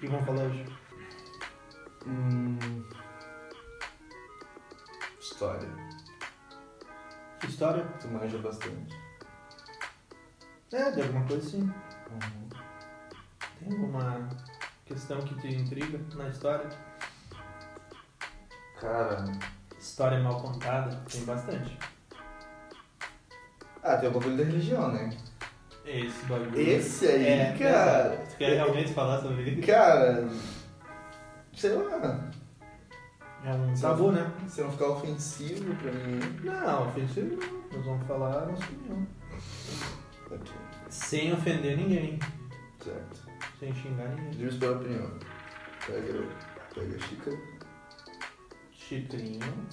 E vão falar hoje. Hum... História. História? Tu manja bastante. É, de alguma coisa sim. Hum. Tem alguma questão que te intriga na história? Cara. História mal contada, tem bastante. Ah, tem o bagulho da religião, né? Esse bagulho. Esse aí, É, cara. Tu quer realmente falar sobre ele? Cara. Sei lá. É um tabu, né? Se não ficar ofensivo pra mim. Não, ofensivo não. Nós vamos falar a nossa opinião. Ok. Sem ofender ninguém. tá Certo. Sem xingar ninguém. Pedimos pela opinião. Pega, pega a xícara. Chitrinho.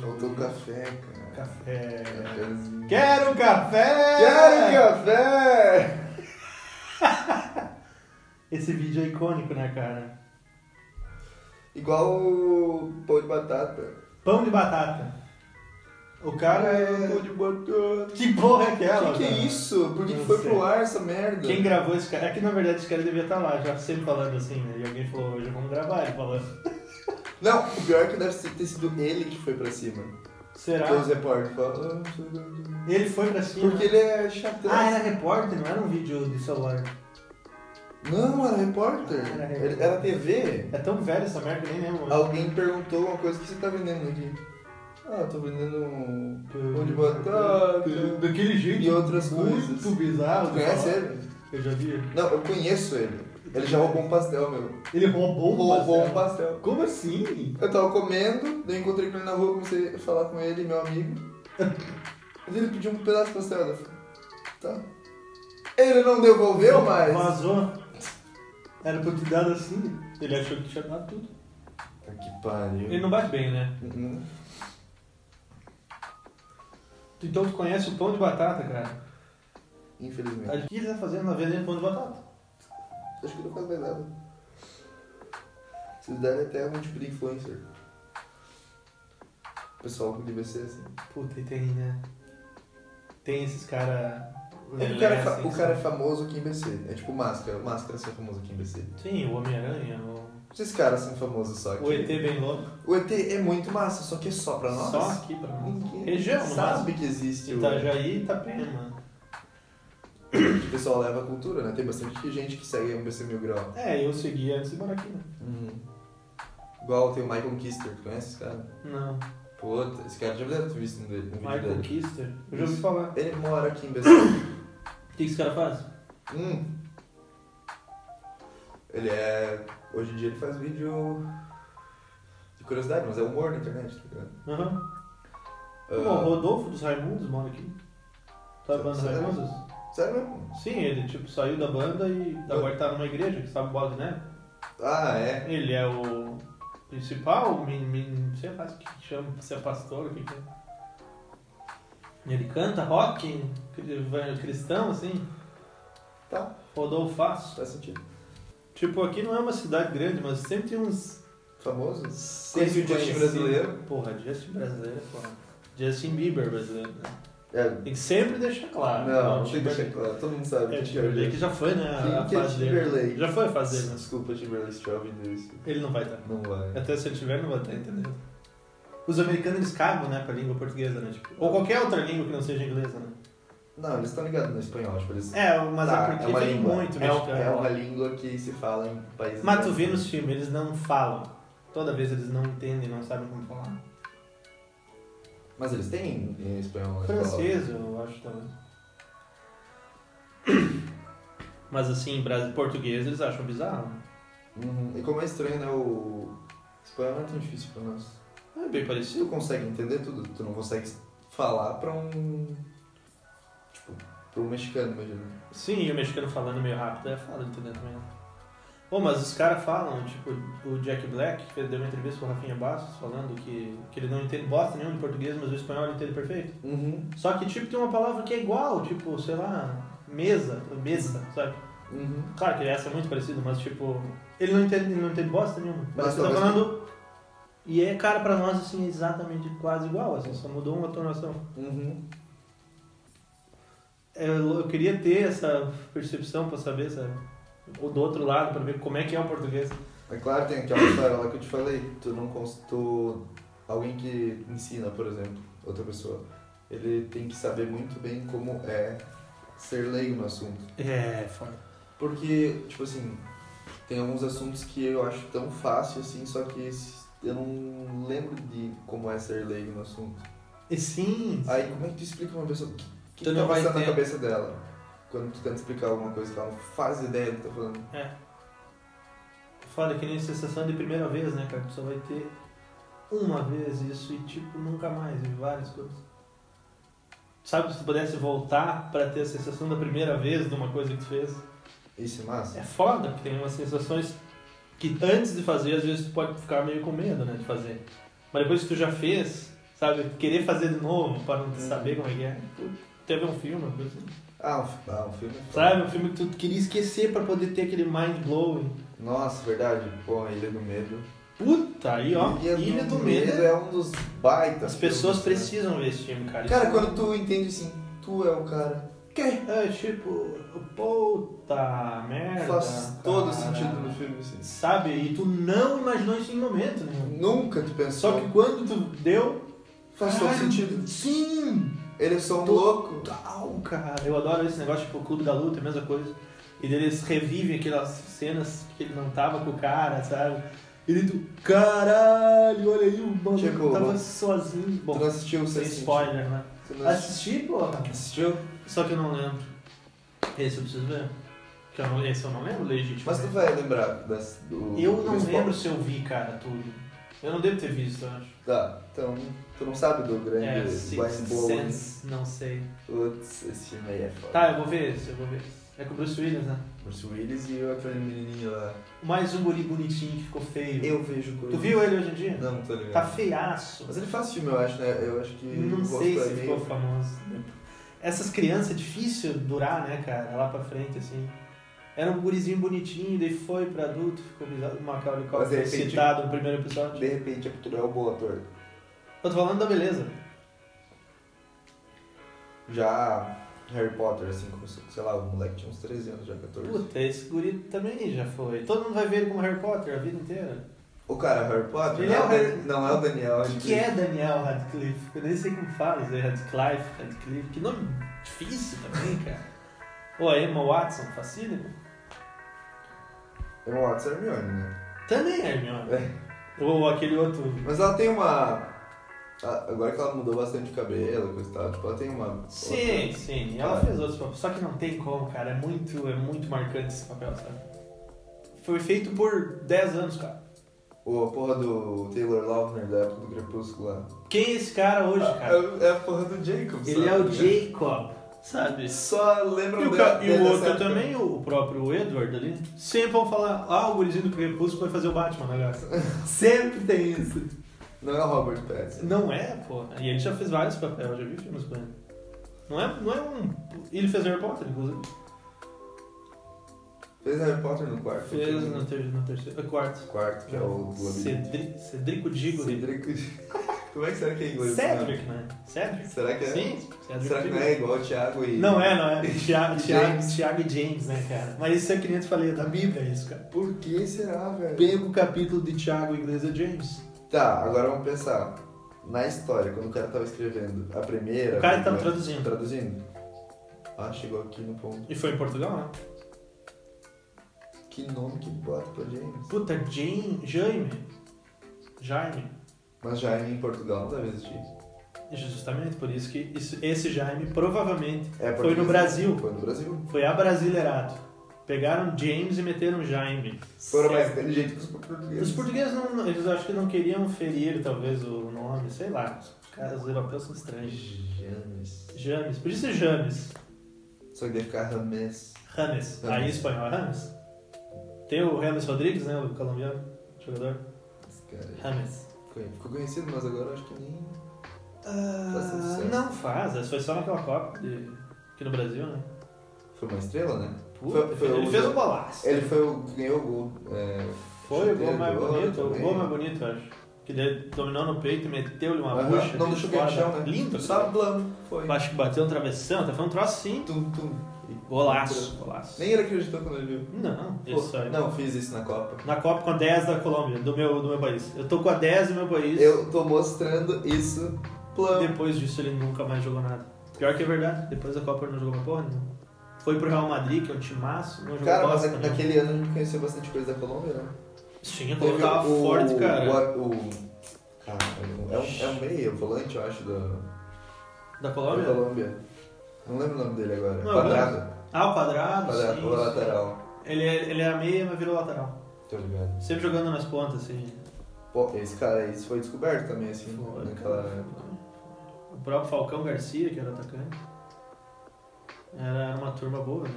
Faltou um café, cara. Uhum. Café. Cafézinho. Quero café! Quero café! Esse vídeo é icônico, né, cara? Igual o pão de batata. Pão de batata. O cara é. Pão de batata. Que porra é aquela? O que, que cara? é isso? Por que, que Não foi sei. pro ar essa merda? Quem gravou esse cara? É que na verdade esse cara devia estar lá, já sempre falando assim, né? E alguém falou, hoje vamos gravar, ele falando. Não, o pior é que deve ser- ter sido ele que foi pra cima. Será? Todos os repórteres falam. "Ah, chegou aqui." Ele foi pra cima. Porque ele é chatão. Ah, era repórter, não era um vídeo de celular. Não, era repórter. Ah, era repórter. Ele- Era TV. É tão velho essa merda, que nem lembro. Alguém perguntou uma coisa que você tá vendendo aqui. Ah, eu tô vendendo um pão de Do- batata. Daquele jeito. E outras Muito coisas. bizarro. Tu de conhece falar. ele? Eu já vi. Não, eu conheço ele. Ele já roubou um pastel, meu. Ele roubou um Roubou um pastel. pastel. Como assim? Eu tava comendo, daí eu encontrei com ele na rua, comecei a falar com ele, meu amigo. Mas ele pediu um pedaço de pastel, eu falei, tá. Ele não devolveu mais. Vazou. Era pra te dar assim. Ele achou que tinha dado tudo. Tá que pariu. Ele não bate bem, né? Uhum. Então tu conhece o pão de batata, cara. Infelizmente. O que ele tá fazendo na venda de pão de batata? Acho que não faz mais nada. Vocês derem até algum tipo de influencer. O pessoal que devia ser assim. Puta, e tem, né? Tem esses cara... assim, É que o cara, é fa- o cara é famoso aqui em BC. É tipo máscara. Máscara são famosos aqui em BC. Sim, o Homem-Aranha, o... Esses caras são famosos só aqui. o ET bem louco. O ET é muito massa, só que é só pra nós. Só aqui pra nós. é Ninguém Região, no máximo. sabe que existe o... Itajaí e Itapema. o pessoal leva a cultura, né? Tem bastante gente que segue o BC Mil Grau. É, eu segui antes de morar aqui, né? Igual tem o Michael Kister, tu conhece esse cara? Não. Puta, esse cara já deve ter visto um, dele, um vídeo Michael dele. Kister. Eu já ouvi falar. Ele mora aqui em BC. O que esse cara faz? hum. Ele é... Hoje em dia ele faz vídeo de curiosidade, mas é humor na internet, tá ligado? Aham. Pô, Ah, O Rodolfo dos Raimundos mora aqui. Tá a banda Sério? Raimundos? Ah, Sério mesmo? Sim, ele tipo saiu da banda e agora tá numa igreja que sabe o Bob, né? Ah, é. Ele é o principal, min, min, sei lá o que que chama, se é pastor, o que que é. Ele canta rock, cri- vai- cristão, assim, Tá, Rodolfaço. faz sentido. Tipo, aqui não é uma cidade grande, mas sempre tem uns... Famoso? Conhece o Justin brasileiro? Porra, Justin brasileiro, porra. Justin Bieber brasileiro, né? É. Tem que sempre deixar claro. Não, não tem que Timberlake- deixar claro. Todo mundo sabe. É, que Timberlake já foi, né? A Quem que é fase dele. Timberlake? Já foi a fase dele, né? mas Desculpa, Timberlake, se eu ouvindo isso. ele não vai estar. Não vai. Até se ele tiver, não vai estar, entendeu? Os americanos eles cagam, né, pra língua portuguesa, né? Tipo, ou qualquer outra língua que não seja inglesa, né? Não, eles estão ligados no espanhol, tipo, eles... É, mas Tá, é porque tem língua. muito é, um- mexicano. é uma língua que se fala em países... Mas tu grandes. né? vê nos filmes, eles não falam. Toda vez eles não entendem, não sabem como falar. Mas eles têm em espanhol. né? Francês, eu acho também. Mas assim, brasi- português eles acham bizarro. né? Uhum. E como é estranho, né? O espanhol não é tão difícil pra nós. É bem Se parecido. tu consegue entender tudo, tu não consegue falar pra um... Tipo, pra um mexicano, imagina. Sim, e o mexicano falando meio rápido é foda, entendeu também? Pô, mas os caras falam, tipo, o Jack Black, que deu uma entrevista com o Rafinha Bastos, falando que, que ele não entende bosta nenhuma de português, mas o espanhol ele entende perfeito. Uhum. Só que, tipo, tem uma palavra que é igual, tipo, sei lá, mesa, mesa, sabe? Uhum. Claro que essa é muito parecida, mas, tipo, ele não entende, ele não entende bosta nenhuma. Mas Mas tá talvez- falando... E é, cara, pra nós, assim, é exatamente quase igual, assim, só mudou uma tonação. Uhum. É, Eu, eu queria ter essa percepção pra saber, sabe? ou do outro lado pra ver como é que é o português. É claro, tem aquela história lá que eu te falei. Tu não cons... tu... Alguém que ensina, por exemplo, outra pessoa, ele tem que saber muito bem como é ser leigo no assunto. É, foda. Porque, tipo assim, tem alguns assuntos que eu acho tão fácil assim, só que s- eu não lembro de como é ser leigo no assunto. E sim, Aí como é que tu explica pra uma pessoa o que, que Tu tá não vai passando na ter- cabeça dela? Quando tu tenta explicar alguma coisa que ela não faz ideia do que tá falando. foda que nem sensação de primeira vez, né, cara? Tu só vai ter uma vez isso e, tipo, nunca mais, e várias coisas. Sabe, se tu pudesse voltar pra ter a sensação da primeira vez de uma coisa que tu fez, Isso é massa? É foda, porque tem umas sensações que antes de fazer, às vezes tu pode ficar meio com medo, né, de fazer. Mas depois que tu já fez, sabe, querer fazer de novo para não Hum. saber como é que é. Putz, Teve um filme, uma coisa assim. Ah, um, fi- ah, um filme. é foda. sabe, um filme que tu queria esquecer para poder ter aquele mind blowing. Nossa, verdade. Pô, a Ilha do Medo. Puta, aí ó, Ilha do Medo. é um dos baita. As pessoas filmes, né? precisam ver esse filme, cara. Cara, Isso- quando tu entende assim, tu é o cara. Que? É tipo, puta merda. Faz todo cara. sentido no filme assim. Sabe, e tu não imaginou isso em momento né? nenhum. Nunca tu pensou. Só que quando tu deu, faz todo Caralho, sentido. Sim! Ele é só um Tô- louco. Total, cara. Eu adoro esse negócio, tipo, o Clube da Luta, é a mesma coisa. E daí eles revivem aquelas cenas que ele não tava com o cara, sabe? E daí tu, caralho, olha aí, o maluco Tipo, tava sozinho. tu Bom, não assistiu o sem Sexto Sentido? spoiler, né? Tu não assisti- Assisti, porra. assistiu? Só que eu não lembro. Esse eu preciso ver. Que eu não, esse eu não lembro legítimo. Mas tu vai lembrar das, do. Eu do não spoiler. lembro se eu vi, cara, tudo. Eu não devo ter visto, eu acho. Tá, então. Tu não sabe do grande É, West Sixth Blowing. Sense, não sei. Putz, esse filme aí é foda. Tá, eu vou ver esse, eu vou ver esse. É com o Bruce Williams, né? Bruce Willis e eu, aquele menininho lá. Mais um guri bonitinho que ficou feio. Eu vejo coisa. Tu viu ele hoje em dia? Não, tô ligado. Tá feiaço. Mas ele faz filme, eu acho, né? Eu acho que. Não o rosto sei é se meio- ficou famoso. Essas crianças é difícil durar, né, cara? Lá pra frente, assim. Era um gurizinho bonitinho, daí foi pra adulto, ficou bizarro. O Macaulay Mas de Culkin repente- citado no primeiro episódio. De repente é porque tu não é um bom ator. Eu tô falando da beleza. Já Harry Potter, assim, começou, sei lá, o moleque tinha uns 13 anos, já 14. Puta, esse guri também já foi. Todo mundo vai ver ele como Harry Potter a vida inteira. O cara é Harry Potter? Ele não, é o Harry- Dan- não é o Daniel. O que, que é Daniel Radcliffe? Eu nem sei como fala, Zé Radcliffe, Radcliffe. Que nome difícil também, cara. Pô, a Emma Watson, fascínio. Emma Watson é Hermione, né? Também é Hermione. Ou aquele outro. Mas ela tem uma... a- Agora que ela mudou bastante o cabelo, coisa e tal, tipo, ela tem uma... Sim, outra- sim. Ela fez outros papéis. Só que não tem como, cara. É muito, é muito marcante esse papel, sabe? Foi feito por 10 anos, cara. Ou a porra do Taylor Lautner, da época do Crepúsculo lá. Quem é esse cara hoje, cara? É, é a porra do Jacob, Ele é sabe? o Jacob, sabe? Só lembra E o, de- ca- e dessa o outro época. também, o próprio Edward ali, sempre vão falar, ah, o gurizinho do Crepúsculo vai fazer o Batman, né, cara? Sempre tem isso. Não é o Robert Pattinson. Não é, pô. E ele já fez vários papéis, eu já vi filmes com ele. Não é, não é um... Ele fez Harry Potter, inclusive. Fez Harry Potter no quarto? Fez né? no, ter, no terceiro. no Quarto. quarto, que é o do amigo. Cedri- Cedrico Diggory. Cedric- Como é que será que é em inglês? Cedric, né? Cedric. Será que é? Sim, Cedric Será que não é Diggory. igual o Thiago e. Não é, não é. Tiago, James. Tiago, Tiago e James, né, cara? Mas isso é que nem eu te falei, é da Bíblia isso, cara. Por que será, velho? Pega o capítulo de Tiago em inglês é James. Tá, agora vamos pensar. Na história, quando o cara tava escrevendo, a primeira. O cara que a tava primeira- traduzindo. Traduzindo. Ah, chegou aqui no ponto. E foi em Portugal, né? Que nome que bota pra James? Puta, Jane, Jaime. Jaime. Mas Jaime em Portugal não deve existir. Justamente por isso que isso- esse Jaime provavelmente foi É no português. Brasil. Foi no Brasil. Foi abrasileirado. Pegaram James e meteram Jaime. Foram Certo. mais inteligentes que os Os portugueses. portugueses, não, eles acho que não queriam ferir, talvez, o nome, sei lá. Os, caras, os europeus são estranhos. James. James, podia ser James. Só que deve ficar Rames. Rames. James. Aí em espanhol é Rames. Tem o Rames Rodrigues, né? O colombiano, jogador. Esse cara. Rames. Ficou- Ficou conhecido, mas agora eu acho que nem. Faz tanto Ah, sucesso. não faz, foi só naquela Copa de, aqui no Brasil, né? Foi uma estrela, né? Puta, Foi- foi ele o- fez um golaço. Ele foi o que ganhou o gol. É, Foi o gol chuteiro mais do ouro bonito, o também. gol mais bonito, eu acho. Que ele dominou no peito e meteu-lhe uma Aham, bucha. Não de deixou cair no fora. chão, né? Lindo. Só blando. Foi. Acho que bateu um travessão, tá falando um troço sim. Tum, tum. E- Golaço, golaço. Nem ele acreditou quando ele viu. Não, Pô, isso aí. não, fiz isso na Copa. Na Copa com a 10 da Colômbia, do meu, do meu país. Eu tô com a 10 do meu país. Eu tô mostrando isso. Plano. Depois disso ele nunca mais jogou nada. Pior que é verdade, depois da Copa ele não jogou mais porra nenhuma. Foi pro Real Madrid, que é um timaço, não jogou né? Cara, mas é bosta na- nenhuma. naquele ano a gente conheceu bastante coisa da Colômbia, né? Sim, a Colômbia tava forte, cara. O, o, cara, é um, é um meio, volante, eu acho, da Da da Colômbia? Colômbia. Não lembro o nome dele agora. Não, quadrado. Ah, o quadrado, Quadrado, sim. o lateral. Ele, é- ele era meia, mas virou lateral. Tô ligado. Sempre jogando nas pontas, assim. Pô, esse cara, isso foi descoberto também, assim, Foi. naquela época. O próprio Falcão Garcia, que era atacante. Era uma turma boa, né?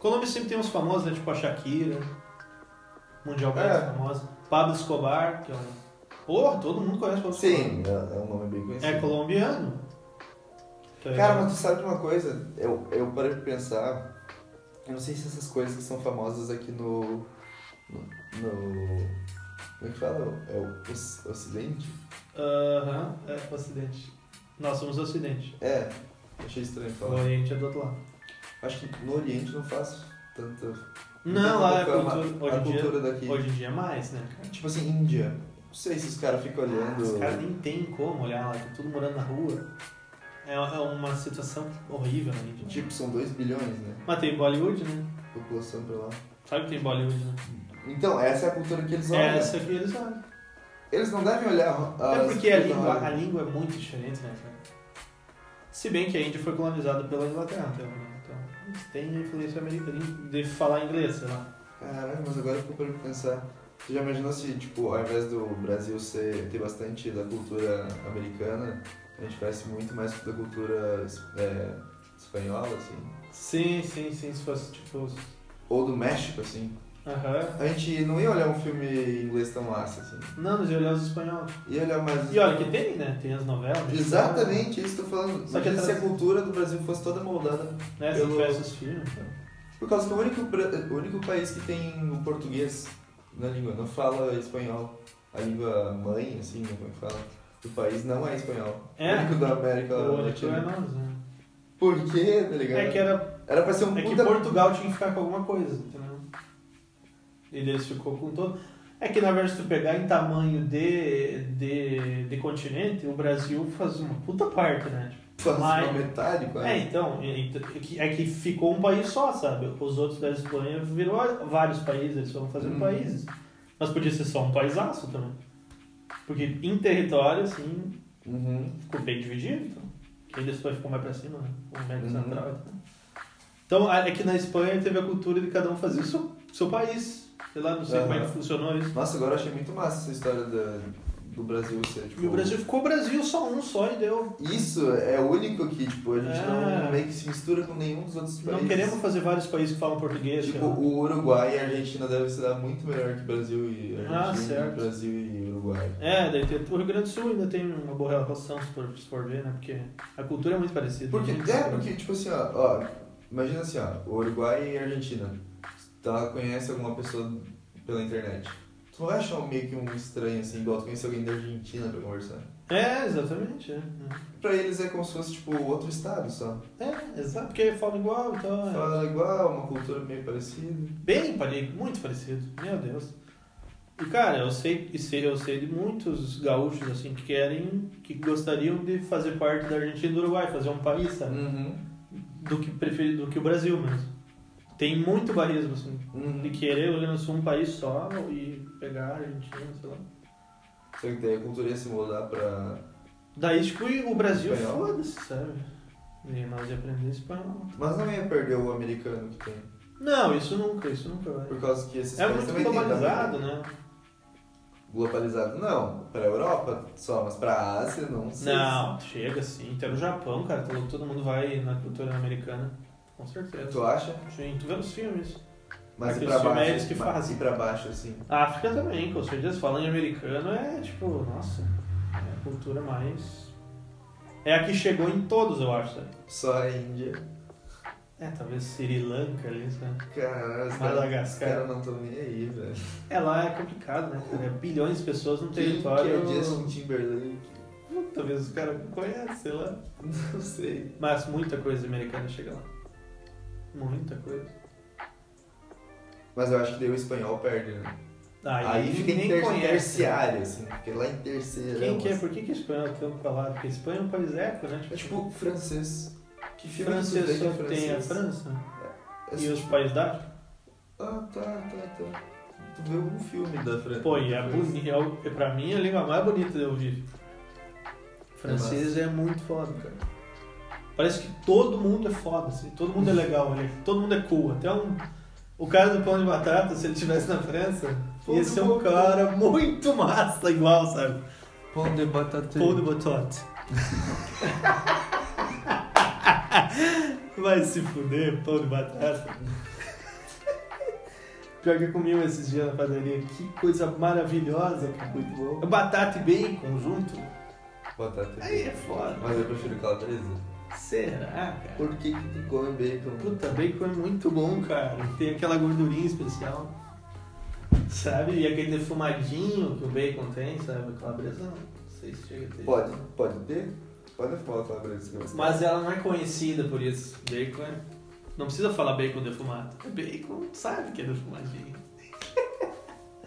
Colômbia sempre tem uns famosos, né? Tipo a Shakira, Mundial É. é. famosa. Pablo Escobar, que é um. Porra, todo mundo conhece o Pablo Escobar. Sim, é é um nome bem conhecido. É colombiano. Então, Cara, mas tu sabe de uma coisa? Eu, eu parei pra pensar. Eu não sei se essas coisas que são famosas aqui no. no. no- como é que fala? É o oc- Ocidente? Aham, é Ocidente. Nós somos Ocidente. É, achei estranho O falar. Oriente é do outro lado. Acho que no Oriente não faz tanta. Não, lá é tanta fama. cultura. Hoje Então, a em dia, cultura daqui. hoje em dia é mais, né, cara? Tipo assim, Índia. Não sei se os caras ficam olhando. Ah, Os caras nem tem como olhar lá, tá tudo morando na rua. É é uma situação horrível na Índia. Tipo, são 2 bilhões, né? Mas tem Bollywood, né? População pra lá. Sabe que tem Bollywood, né? Então, essa é a cultura que eles olham. Ah, É essa que eles olham. Eles não devem olhar. É as- porque a língua, a língua é muito diferente, né, cara? Se bem que a Índia foi colonizada pela Inglaterra, então, né? Então, eles têm a influência americana de falar inglês, sei lá. Caralho, mas agora eu fico pra pensar. Tu já imaginou se, tipo, ao invés do Brasil ser, ter bastante da cultura americana, a gente tivesse muito mais da cultura é, espanhola, assim? Sim, sim, sim, se fosse tipo. os- Ou do México, assim? Aham. A gente não ia olhar um filme em inglês tão massa, assim. Não, mas eu olhar os espanhóis. Ia olhar mais. E olha que tem, né? Tem as novelas. Exatamente, isso que eu tô falando. Só Só que que se a atrás- cultura do Brasil fosse toda moldada. Né? Se Pelo- tivesse os filmes. então. Por causa que é o único, bra- o único país que tem o português na língua, não fala espanhol. A língua mãe, assim, como é que fala? Do país não é espanhol. É? O único da América O único é Latina. nós, né? Por quê, tá ligado? É que era. Era pra ser um É que puta- Portugal tinha que ficar com alguma coisa, entendeu? E eles ficou com todo. É que na verdade se tu pegar em tamanho de, de, de continente, o Brasil faz uma puta parte, né? Tipo, Faz Mas- assim, uma metade, quase. É, então, e- e- é que- é que ficou um país só, sabe? Os outros da Espanha virou vários países, eles foram fazendo Hum. países. Mas podia ser só um paisaço também. Porque em território, assim, Uhum. ficou bem dividido. Então. Quem desceu ficou mais pra cima, né? O médio Uhum. central. Então. então, a- é que na Espanha teve a cultura de cada um fazer o seu, seu país. Sei lá, não sei como é que Aham. funcionou isso. Nossa, agora eu achei muito massa essa história da- do Brasil ser, tipo... E o Brasil ficou o Brasil só um só e deu. Isso é o único que, tipo, a gente É. não meio que se mistura com nenhum dos outros países. Não queremos fazer vários países que falam português. Tipo, sei lá. o Uruguai e a Argentina devem se dar muito melhor que Brasil e Argentina. Ah, certo. Brasil e Uruguai. É, daí tem, o Rio Grande do Sul ainda tem uma boa relação, se for, se for ver, né? Porque a cultura é muito parecida. Porque, Muito é, parecida. porque, tipo assim, ó, ó, imagina assim, ó, o Uruguai e a Argentina. Tá, conhece alguma pessoa pela internet. Tu não vai achar um- meio que um estranho, assim, igual tu conhece alguém da Argentina pra conversar. É, exatamente. É, Pra eles é como se fosse, tipo, outro estado só. é exato, porque falam igual, então... é- Fala igual, uma cultura meio parecida. Bem parecido, muito parecido. Meu Deus. E cara, eu sei, e sei, eu sei de muitos gaúchos assim que querem, que gostariam de fazer parte da Argentina e do Uruguai, fazer um país, sabe? Uhum. Do que preferido, do que o Brasil mesmo. Tem muito barrismo assim, uhum. de querer o Rio Grande do Sul um país só e pegar a Argentina, sei lá. Só que daí a cultura ia se moldar pra... Daí tipo o Brasil Espanhol. foda-se, sabe? E nós ia aprender espanhol. Mas não ia perder o americano que tem. Não, isso nunca, isso nunca vai. Por causa que esses É países muito também têm globalizado, né? Globalizado não, pra Europa só, mas pra Ásia não sei. Não, chega sim. Até no Japão, cara, tá louco, todo mundo vai na cultura americana. Com certeza. é, Tu acha? Sim, tu vê nos filmes. Mas Aqui e os pra baixo? filmes que Mas fazem. E pra baixo, assim. A África também, com certeza. Falando em americano é tipo, nossa, é a cultura mais. É a que chegou em todos, eu acho. sabe? Só a Índia. É, talvez Sri Lanka ali, sabe? Caralho, os caras os Madagascar. caras não tão nem aí, velho. É lá é complicado, né? Cara? É bilhões de pessoas num Quem que é território. o Justin Timberlake? Talvez os caras conhecem, sei lá. Não sei. Mas muita coisa americana chega lá. Muita coisa. Mas eu acho que daí o espanhol perde, né? Aí, fica em ninguém ter conhece. terciário, assim, fica lá em terceiro. Quem que é? Por que, que espanhol é tanto falado? Porque Espanha é um país eco, né? É tipo francês. Que filme França que tu só vê que é tem a francês? É assim. França e Esse- os países da África. Ah, tá, tá, tá. Tu vê algum filme da França? Pô, e é bonito. É, o- é pra mim a língua mais bonita de ouvir. Francês é, muito foda, cara. Parece que todo mundo é foda, assim. Todo mundo é legal ali. Todo mundo é cool. Até um... O cara do pão de batata, se ele estivesse na França, Todo ia ser um mundo. é cara muito massa, igual, sabe? Pão de batata. Pão de batata. Vai se fuder, pão de batata. Pior que eu comi um esses dias na padaria. Que coisa maravilhosa, cara. É Muito bom. Batata e bacon junto? Batata. Aí é foda. Mas eu prefiro calabresa. Será, cara? Por que que tu come bacon? Puta, bacon é muito bom, cara. Tem aquela gordurinha especial. Sabe? E aquele defumadinho que o bacon tem, sabe? A calabresa não. Não sei se chega a ter. Pode, pode ter? Pode fumar a calabresa se gostar. Mas ela não é conhecida por isso. Bacon é... Não precisa falar bacon defumado. É Bacon sabe que é defumadinho.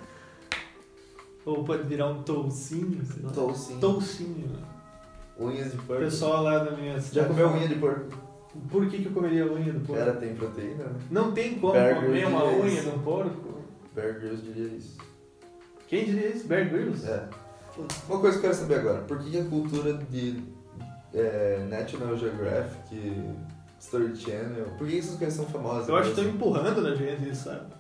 Ou pode virar um toucinho, sei lá. Toucinho. Toucinho. Unhas de O porco. pessoal lá da minha Já cidade... comeu unha de porco? Por que, que eu comeria a unha do porco? Cara, tem proteína, né? Não tem como Bear comer Grylls uma diria unha de isso. um porco. Bear Grylls diria isso. Quem diria isso? Bear Grylls? É. Uma coisa que eu quero saber agora. Por que que a cultura de é, National Geographic, Story Channel... Por que essas coisas são famosas? Eu acho que mesmo? estão empurrando na gente isso, sabe?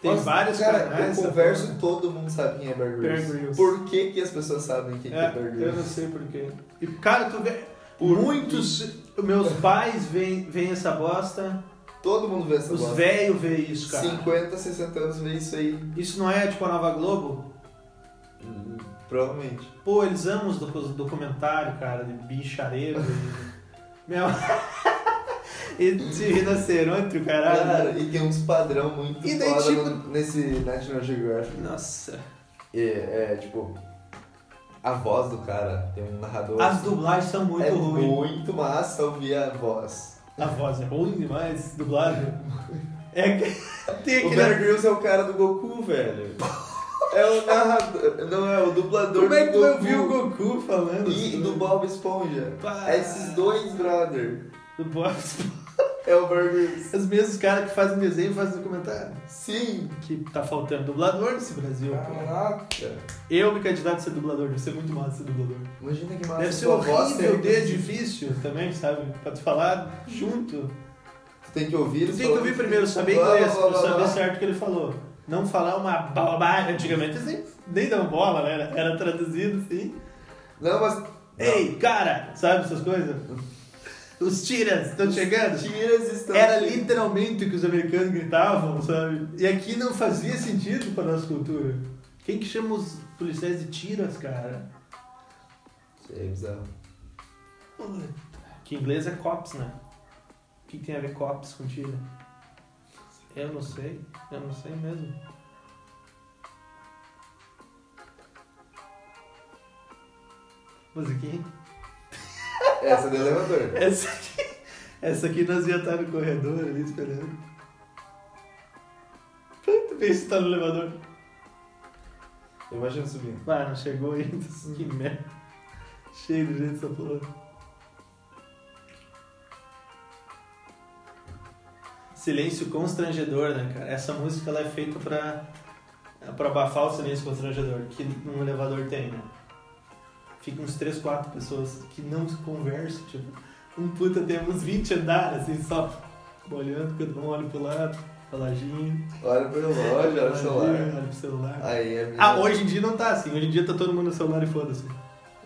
Tem Nossa, vários cara, canais. eu sabe? converso e todo mundo sabe quem é Bear Grylls. Bear Grylls. Por que, que as pessoas sabem quem é, É, Bear eu Grylls? não sei porquê. E, cara, tu vê. Por muitos. Meus pais veem, veem essa bosta. Todo mundo vê essa os bosta. velhos veem isso, cara. 50, 60 anos vê isso aí. Isso não é tipo a Nova Globo? Hum, Provavelmente. Pô, eles amam os docu- documentários, cara, de bichareiro. e... Meu. e de rinoceronte, o caralho. Cara, e tem uns padrão muito E daí, foda tipo- no- nesse National Geographic. Nossa. E, é, tipo, a voz do cara, tem um narrador. As assim, dublagens são muito é ruins. muito massa ouvir a voz. A voz é ruim demais, dublado. É que. Tem O aquele. Bear Grylls é o cara do Goku, velho. É o narrador, não é o dublador Como é do que tu Goku. ouviu o Goku falando? assim, né? E do Bob Esponja. Pá. É Esses dois, brother. Do Bob Esponja. É o Bear Grylls. Os mesmos caras que fazem desenho fazem documentário. Sim. Que tá faltando dublador nesse Brasil. Ah, pô. Caraca. Eu me candidato a ser dublador, deve ser muito massa ser dublador. Imagina que massa. deve ser tua Ah, voz horrível, tem- de difícil também, sabe? Pra tu falar junto. Tu tem que ouvir. Tu tem que ouvir primeiro, saber inglês, pra saber certo o que ele falou. Não falar uma bobagem. Antigamente eles nem, nem dão bola, né? Era, era traduzido assim. Não, mas... Ei, cara! Sabe essas coisas? Os tiras estão chegando. Tiras estão... Era chegando. literalmente o que os americanos gritavam, sabe? E aqui não fazia sentido pra nossa cultura. Quem que chama os policiais de tiras, cara? É bizarro. Que em inglês é cops, né? O que, que tem a ver cops com tira? Eu não sei, eu não sei mesmo. Musiquinha? Essa é do elevador. Essa aqui, essa aqui nós ia estar no corredor ali esperando. Puta, pensa tá no elevador. Imagina subindo. Ah, não chegou ainda. Que merda. Cheio de gente essa porra. Silêncio constrangedor, né, cara? Essa música ela é feita pra, pra abafar o silêncio constrangedor, que num elevador tem, né? Fica uns 3, 4 pessoas que não se conversam, tipo, um puta tem uns 20 andares, assim, só olhando, cada um olha pro lado, pra lojinha. Olha pro relógio, olha pro celular. Olha pro celular. Aí é a Ah, hoje em dia não tá assim. Hoje em dia tá todo mundo no celular e foda-se.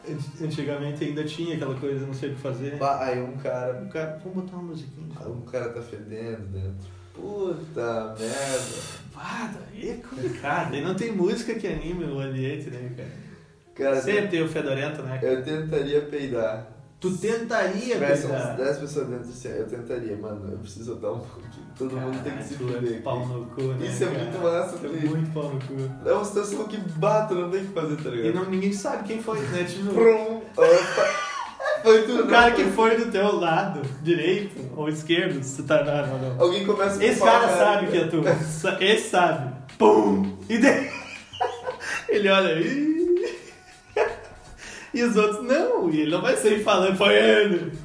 Ant- Antigamente ainda tinha aquela coisa, não sei o que fazer. Bah, aí um cara... O cara, vamos botar uma musiquinha. Um cara tá fedendo dentro. Puta merda. Ah, daí é complicado. Daí não tem música que anime o ambiente, né, cara? Cara, Sempre tem o Fedorento, né? cara? eu tentaria peidar. Tu tentaria, tivesse umas cara. 10 pessoas dentro do céu, assim, eu tentaria, mano. Eu preciso dar um pouquinho. Todo mundo tem que se Caralho, tu é fuder. Pau no cu, né? Isso é cara? muito massa, Tu é filho. muito pau no cu. É uma situação que bate, não tem o que fazer, tá E ligado? não, ninguém sabe quem foi, né? Tipo, Prum! Opa! Foi tu, O não, cara foi que for do teu lado, direito ou esquerdo, você tá. Não, não, não. Alguém começa a Esse cara sabe que é tu. Sa- Esse sabe. Pum! E daí. Ele olha. "Ih." E os outros, não, e ele não vai sair falando, foi ele.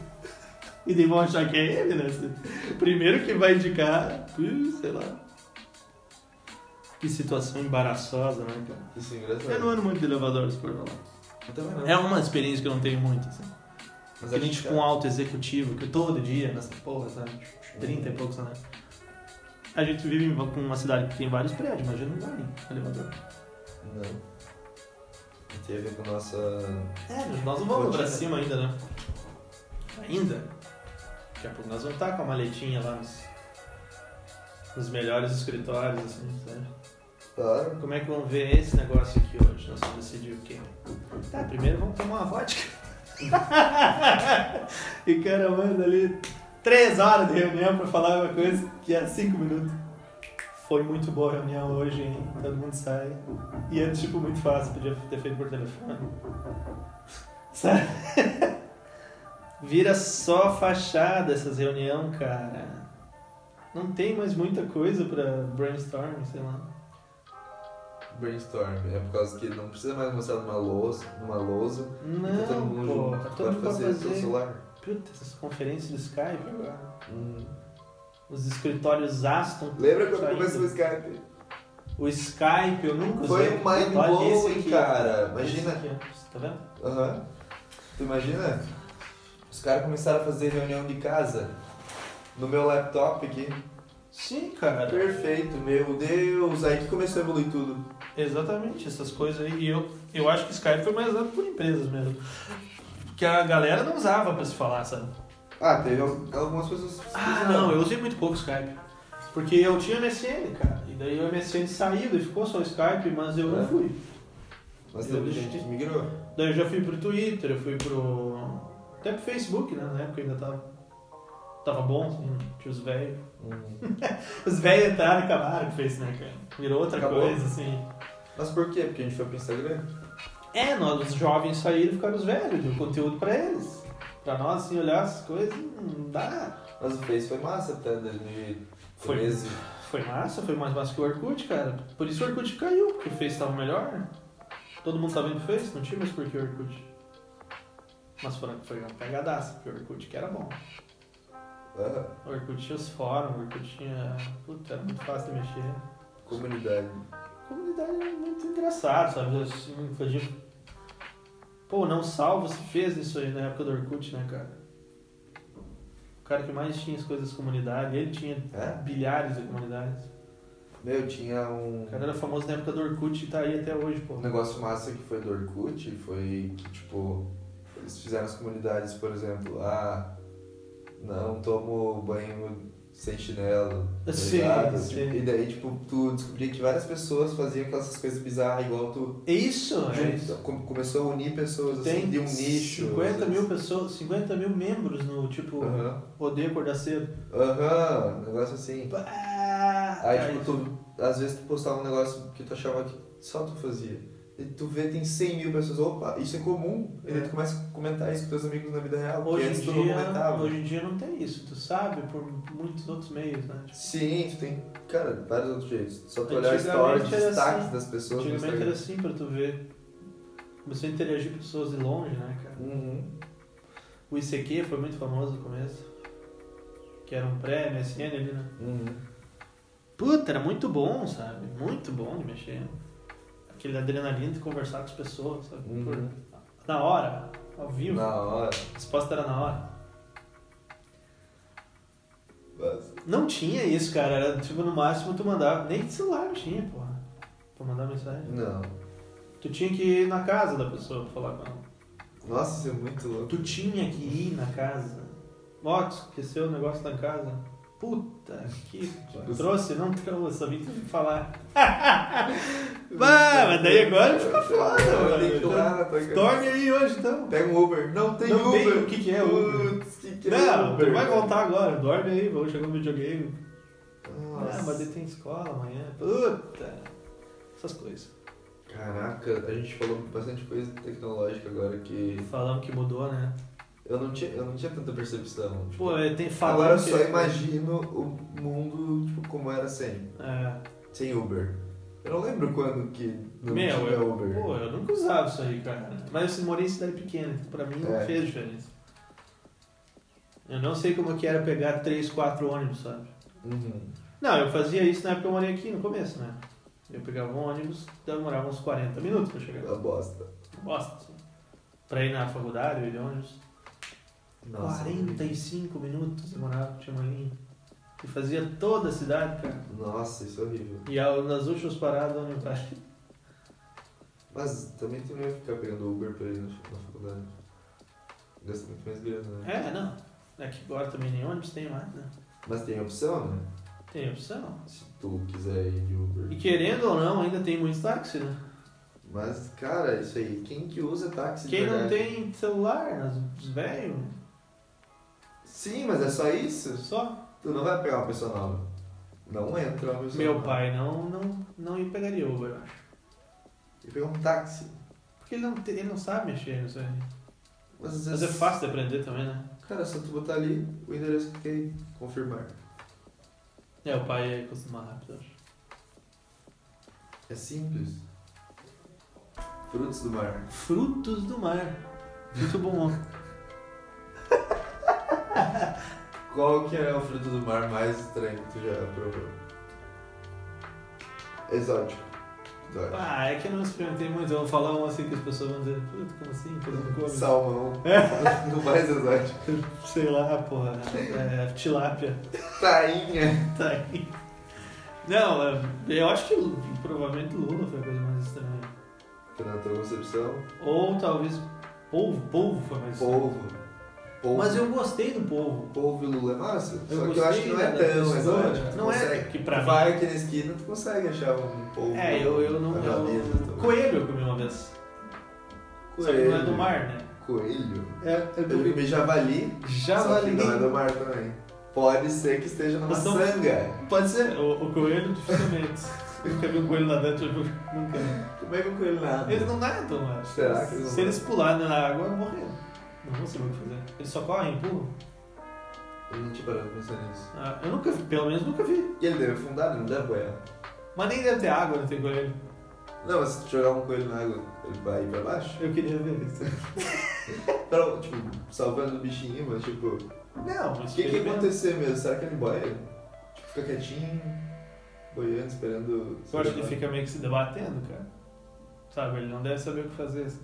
E daí vão achar que é ele, né? Se- Primeiro que vai indicar, ih, sei lá. Que situação embaraçosa, né, cara? Isso é engraçado. Eu não ando muito de elevador, se for lá. Eu também não. É uma experiência que eu não tenho muito, assim. Mas Que acho nem que tipo é. um alto executivo, que todo dia, nessa porra, sabe? 30 e poucos, né? A gente vive em uma cidade que tem vários prédios, imagina um lugar em elevador. Não. Tem a ver com a nossa... É, mas nós não vamos pra Rotina. cima ainda, né? Ainda? Daqui a pouco nós vamos estar com a maletinha lá nos, nos melhores escritórios, assim, sabe? Claro. Como é que vamos ver esse negócio aqui hoje? Nós vamos decidir o quê? Tá, primeiro vamos tomar uma vodka. e o cara manda ali três horas de reunião pra falar uma coisa que é cinco minutos. Foi muito boa a reunião hoje, hein? Todo mundo sai. E é tipo muito fácil, podia ter feito por telefone. Sabe? Vira só fachada essas reuniões, cara. Não tem mais muita coisa pra brainstorm, sei lá. Brainstorm. É por causa que não precisa mais mostrar numa lousa. Numa lousa. Não, tá todo mundo pô, junto. tá Tu todo mundo pode pra fazer fazer. pelo celular. Puta, essas conferências do Skype agora. Hum. Os escritórios Aston. Lembra quando saindo. começou o Skype? O Skype eu nunca Foi usei. um mind Olha esse blowing, aqui. cara. Esse Imagina. aqui, ó. Você Tá vendo? Aham. Tu imagina? Os caras começaram a fazer reunião de casa no meu laptop aqui. Sim, cara. Perfeito, meu Deus. Aí que começou a evoluir tudo. Exatamente, essas coisas aí. E eu, eu acho que o Skype foi mais usado por empresas mesmo. Porque a galera não usava pra se falar, sabe? Ah, teve al- algumas pessoas. que Ah, usaram. não, eu usei muito pouco Skype. Porque eu tinha MSN, cara. E daí o MSN saiu e ficou só o Skype, mas eu não É. fui. Mas eu teve deixei. gente que migrou. Daí eu já fui pro Twitter, eu fui pro. Até pro Facebook, né? Na época ainda tava. Tava bom, assim, tinha os velhos. Hum. Os velhos entraram e acabaram com o Face, né, cara? Virou outra Acabou. coisa, assim. Mas por quê? Porque a gente foi pro Instagram? É, nós, os jovens saíram e ficaram os velhos, deu conteúdo pra eles. Pra nós, assim, olhar as coisas, não dá. Mas o Face foi massa até 2013. Foi massa, foi mais massa que o Orkut, cara. Por isso o Orkut caiu, porque o Face tava melhor. né? Todo mundo tava indo pro Face, não tinha mais por que o Orkut. Mas foram- foi uma pegadaça, porque o Orkut que era bom. Aham. O Orkut tinha os fóruns, o Orkut tinha. Puta, era muito fácil de mexer. Comunidade. A comunidade era muito engraçada, sabe? Assim, fazia... Pô, não salvo se fez isso aí na época do Orkut, né, cara? O cara que mais tinha as coisas de comunidade, ele tinha É? bilhares de comunidades. Meu, tinha um. O cara era famoso na época do Orkut e tá aí até hoje, pô. Um negócio massa que foi do Orkut foi que, tipo, eles fizeram as comunidades, por exemplo, ah, não tomo banho sem chinelo. tá Sim, ligado? sim. Tipo, e daí, tipo, tu descobria que várias pessoas faziam aquelas coisas bizarras igual tu. É isso, é Junto- isso. com- começou a unir pessoas, assim, de um nicho. 50 às mil vezes. pessoas, 50 mil membros no tipo, Aham. poder acordar cedo. Aham, um negócio assim. Pá, cara, Aí, tipo, isso. tu, às vezes tu postava um negócio que tu achava que só tu fazia. E tu vê, tem 100 mil pessoas, opa, isso é comum. E daí tu começa a comentar isso com teus amigos na vida real. porque Hoje antes em, tu não dia, comentava. hoje em dia não tem isso, tu sabe por muitos outros meios, né? Tipo, Sim, tu tem, cara, vários outros jeitos. Só tu olhar stories, Antigamente era destaques assim. das pessoas no antigamente Instagram. era assim pra tu ver. Começou a interagir com pessoas de longe, né, cara? Uhum. O ICQ foi muito famoso no começo. Que era um pré-MSN ali, né? Uhum. Puta, era muito bom, sabe? Muito bom de mexer. Aquele adrenalina de conversar com as pessoas, sabe? Por- Uhum. Na hora, ao vivo. Na hora. A resposta era na hora. Mas, Não tinha isso, cara. Era tipo no máximo tu mandava. Nem de celular tinha, porra. Pra mandar mensagem. não. Tu tinha que ir na casa da pessoa pra falar com ela. Nossa, isso é muito louco. Tu tinha que ir na casa. Ó, tu esqueceu o negócio da casa. Puta que. Tipo, Trouxe? Não trouxe, só vim te falar. Bah, mas daí agora fica foda, mano. Tem que ir lá na tua casa. Dorme aí hoje então. Pega um Uber. Não tem Não tem. Uber. O que que é Uber? Putz, que que é Não, Uber? tu vai voltar agora. Dorme aí, vamos jogar um videogame. Nossa. Ah, mas daí tem escola amanhã. Puta. Essas coisas. Caraca, a gente falou bastante coisa tecnológica agora que Falamos que mudou, né? Eu não tinha, eu não tinha tanta percepção. Tipo, Pô, é, tem falar. agora eu só imagino o mundo tipo, como era sem. É. Sem Uber. Eu não lembro quando que não Meu, tinha eu, Uber. pô, eu nunca usava isso aí, cara. Mas eu morei em cidade pequena, então pra mim não É. fez diferença. Eu não sei como que era pegar 3, 4 ônibus, sabe? Uhum. Não, eu fazia isso na época que eu morei aqui, no começo, né? Eu pegava um ônibus, demorava uns 40 minutos pra chegar. Uma bosta. Bosta. assim. Pra ir na faculdade, eu ia de ônibus. Nossa. 45 minutos demorava, tinha uma linha. E fazia toda a cidade, cara. Nossa, isso é horrível. E ao- nas últimas paradas, onde vai. Mas também tu não ia ficar pegando Uber pra ir na, na faculdade. Gasta muito mais grana, né? É, não. É que agora também nem ônibus tem mais, né? Mas tem opção, né? Tem opção. Se tu quiser ir de Uber. E querendo ou não, ainda tem muitos táxis, né? Mas, cara, isso aí. Quem que usa táxi? de Quem não verdade? tem celular, né? os velhos, Sim, mas é só isso. só. Tu não vai pegar uma pessoa nova. Não entra uma pessoa Meu nova. pai não, não, não ia pegaria Uber, eu acho. E pegar um táxi. Porque ele não, te- ele não sabe mexer nisso aí. Mas, às Mas vezes- é fácil de aprender também, né? Cara, é só tu botar ali o endereço que tem. Confirmar. É, o pai ia acostumar rápido, eu acho. É simples. Frutos do mar. Frutos do mar. Muito bom. Qual que é o fruto do mar mais estranho que tu já provou? Exótico. Exótico. Ah, é que eu não experimentei muito. Eu vou falar um assim que as pessoas vão dizer, "Puta, como É. assim? Todo mundo come. Salmão. do mais exótico. Sei lá, porra. É, tilápia. Tainha. Tá aí. Não, é, eu acho que Lu- provavelmente Lula foi a coisa mais estranha. Foi na tua concepção. Ou talvez polvo, polvo foi mais estranho. Polvo. Polvo. Mas eu gostei do polvo. Polvo e lula é massa. Eu Só que gostei eu acho que não é da tão textura. exótico. Tu Não é, consegue- que pra tu vai aqui na esquina, tu consegue achar um polvo. É, eu, eu não. na mesa, Eu, tu- coelho eu comi uma vez. Só que não é do mar, né? Coelho? É, Eu bebi javali. Só que Javali. não é do mar também. Pode ser que esteja numa Mas não- sanga. Pode ser. O, o coelho dificilmente. Eu nunca vi um coelho nadando, eu nunca vi. Como é que o coelho nada? Eles não nadam, eu acho. Será que eles não Se eles pularem na água, morreram. Não vão saber o que fazer. Eles só correm, pulam. Eu não tinha parado pra pensar nisso. Ah, Eu nunca vi, pelo menos nunca vi. E ele deve afundar, ele não deve boiar. Mas nem deve ter água no teu coelho. Não, mas se tu jogar um coelho na água, ele vai ir pra baixo? Eu queria ver isso. Então, tipo, salvando o bichinho, mas tipo... Não, O mas que que experimenta. aconteceu mesmo? Será que ele boia? Tipo, fica quietinho, boiando, esperando... Eu acho que ele fica meio que se debatendo, cara. Sabe, ele não deve saber o que fazer. assim.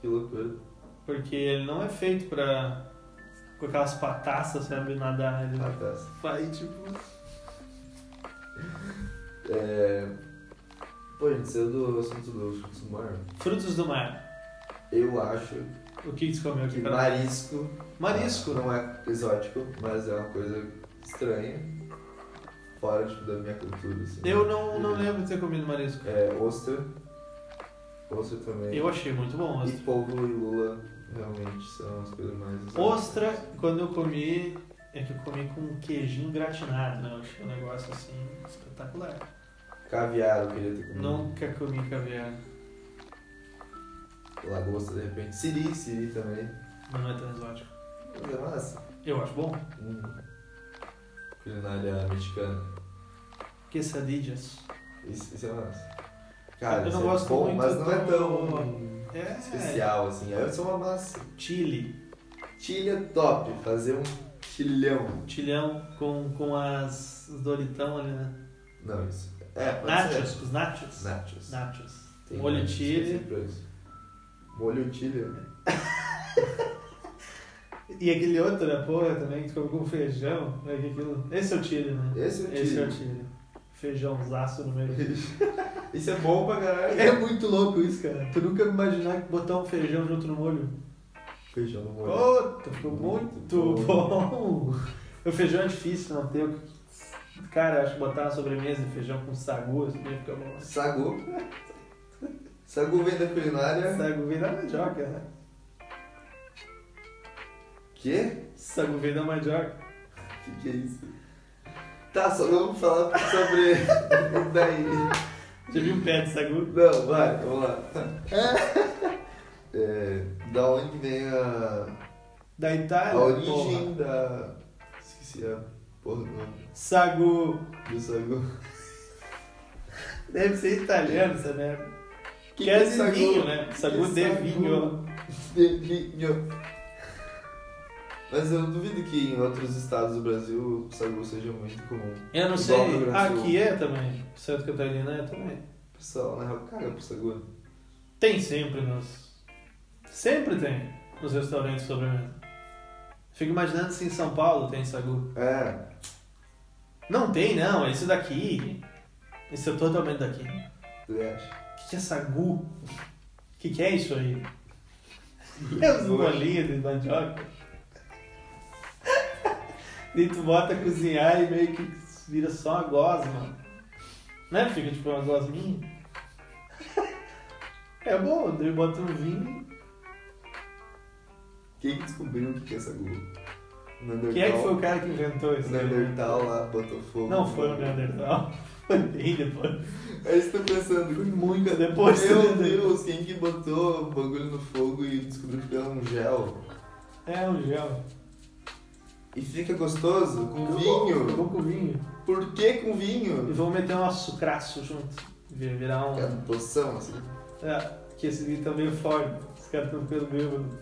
Que loucura. Porque ele não é feito pra. com aquelas pataças, sabe, nadar. Ele Ah, tá. faz tipo. É... Pô, gente, saiu do assunto do frutos do mar. Frutos do mar. Eu acho O que que você comeu que aqui, cara? marisco... Marisco. Não é exótico, mas é uma coisa estranha. Fora, tipo, da minha cultura, assim. Eu não, não lembro de ter comido marisco. É, ostra. Ostra também. Eu achei muito bom E ostra. polvo e lula realmente são as coisas mais... exóticas. Ostra, quando eu comi, é que eu comi com um queijinho gratinado, né? Eu achei um negócio assim espetacular. Caviar, eu queria ter comido. Nunca comi caviar. Lagosta, de repente. Siri, Siri também. Mas não é tão exótico. Mas é massa. Eu acho bom. Hum. Culinária mexicana. Quesadillas. Isso, isso é massa. Cara, Eu não isso é gosto bom, muito mas não é do- tão É. especial, assim. É só uma massa. Chile. Chile é top. Fazer um chilhão. Chilhão com, com as os Doritão ali, né? Não, isso. É, pode Nachos. ser. Os nachos. Nachos. Nachos. Tem Molho nachos, chile. esqueci pra isso. Molho chile. E aquele outro da porra também que tu come com feijão. né, que aquilo- Esse é o Chile, né? Esse é o Esse é o chile. Chile. Feijãozaço no meio. Isso é bom pra caralho. É muito louco isso, cara. Tu nunca imaginar que botar um feijão junto no molho. Feijão no molho. Puta, ficou muito, Muito bom. O feijão é difícil não ter. o que- Cara, eu acho que botar uma sobremesa de feijão com sagu, assim, fica bom. Sagu. Sagu vem da culinária. Sagu vem da mandioca, né? Quê? Sagu vem da mandioca. Que que é isso? Tá, só vamos falar sobre. Daí. Já viu um pé de sagu? Não, vai, vamos lá. É, da onde É, vem a. da A Itália. porra. origem da. Esqueci a porra do nome. Sagu. Do sagu. Deve ser italiano essa merda. Que, Que que é é de sagu? vinho, né? Sagu Que é de sagu? vinho. Delírio. Mas eu duvido que em outros estados do Brasil o sagu seja muito comum. Eu não Igual sei. no Rio Grande do Sul. Aqui é também. Santa Catarina é também. O pessoal, na real, caga pro sagu. né? Tem sempre nos. Sempre tem nos restaurantes de sobremesa. Fico imaginando se em São Paulo tem sagu. É, Não tem, não, é isso daqui. Isso é totalmente daqui. O tu acha? que, que é sagu? O que, que é isso aí? É os bolinhos de mandioca. E tu bota a cozinhar e meio que vira só uma gosma. Né? Fica tipo uma gosminha. É bom, daí bota um vinho Quem que descobriu o que é sagu? Neandertal. Quem é que foi o cara que inventou isso? aí? Neandertal lá, botou fogo. Não foi o Neandertal. Foi bem depois. Aí você tá pensando, foi muito depois do Meu Neandertal. Deus, quem que botou o bagulho no fogo e descobriu que era um gel? É um gel. E fica gostoso? Com Ficou vinho? com vinho. Por que com E vinho? vamos meter um açucraço junto. Vir- Virar um. Cara, poção assim. É, que esse vinho tá meio forte. Os caras estão ficando bêbados.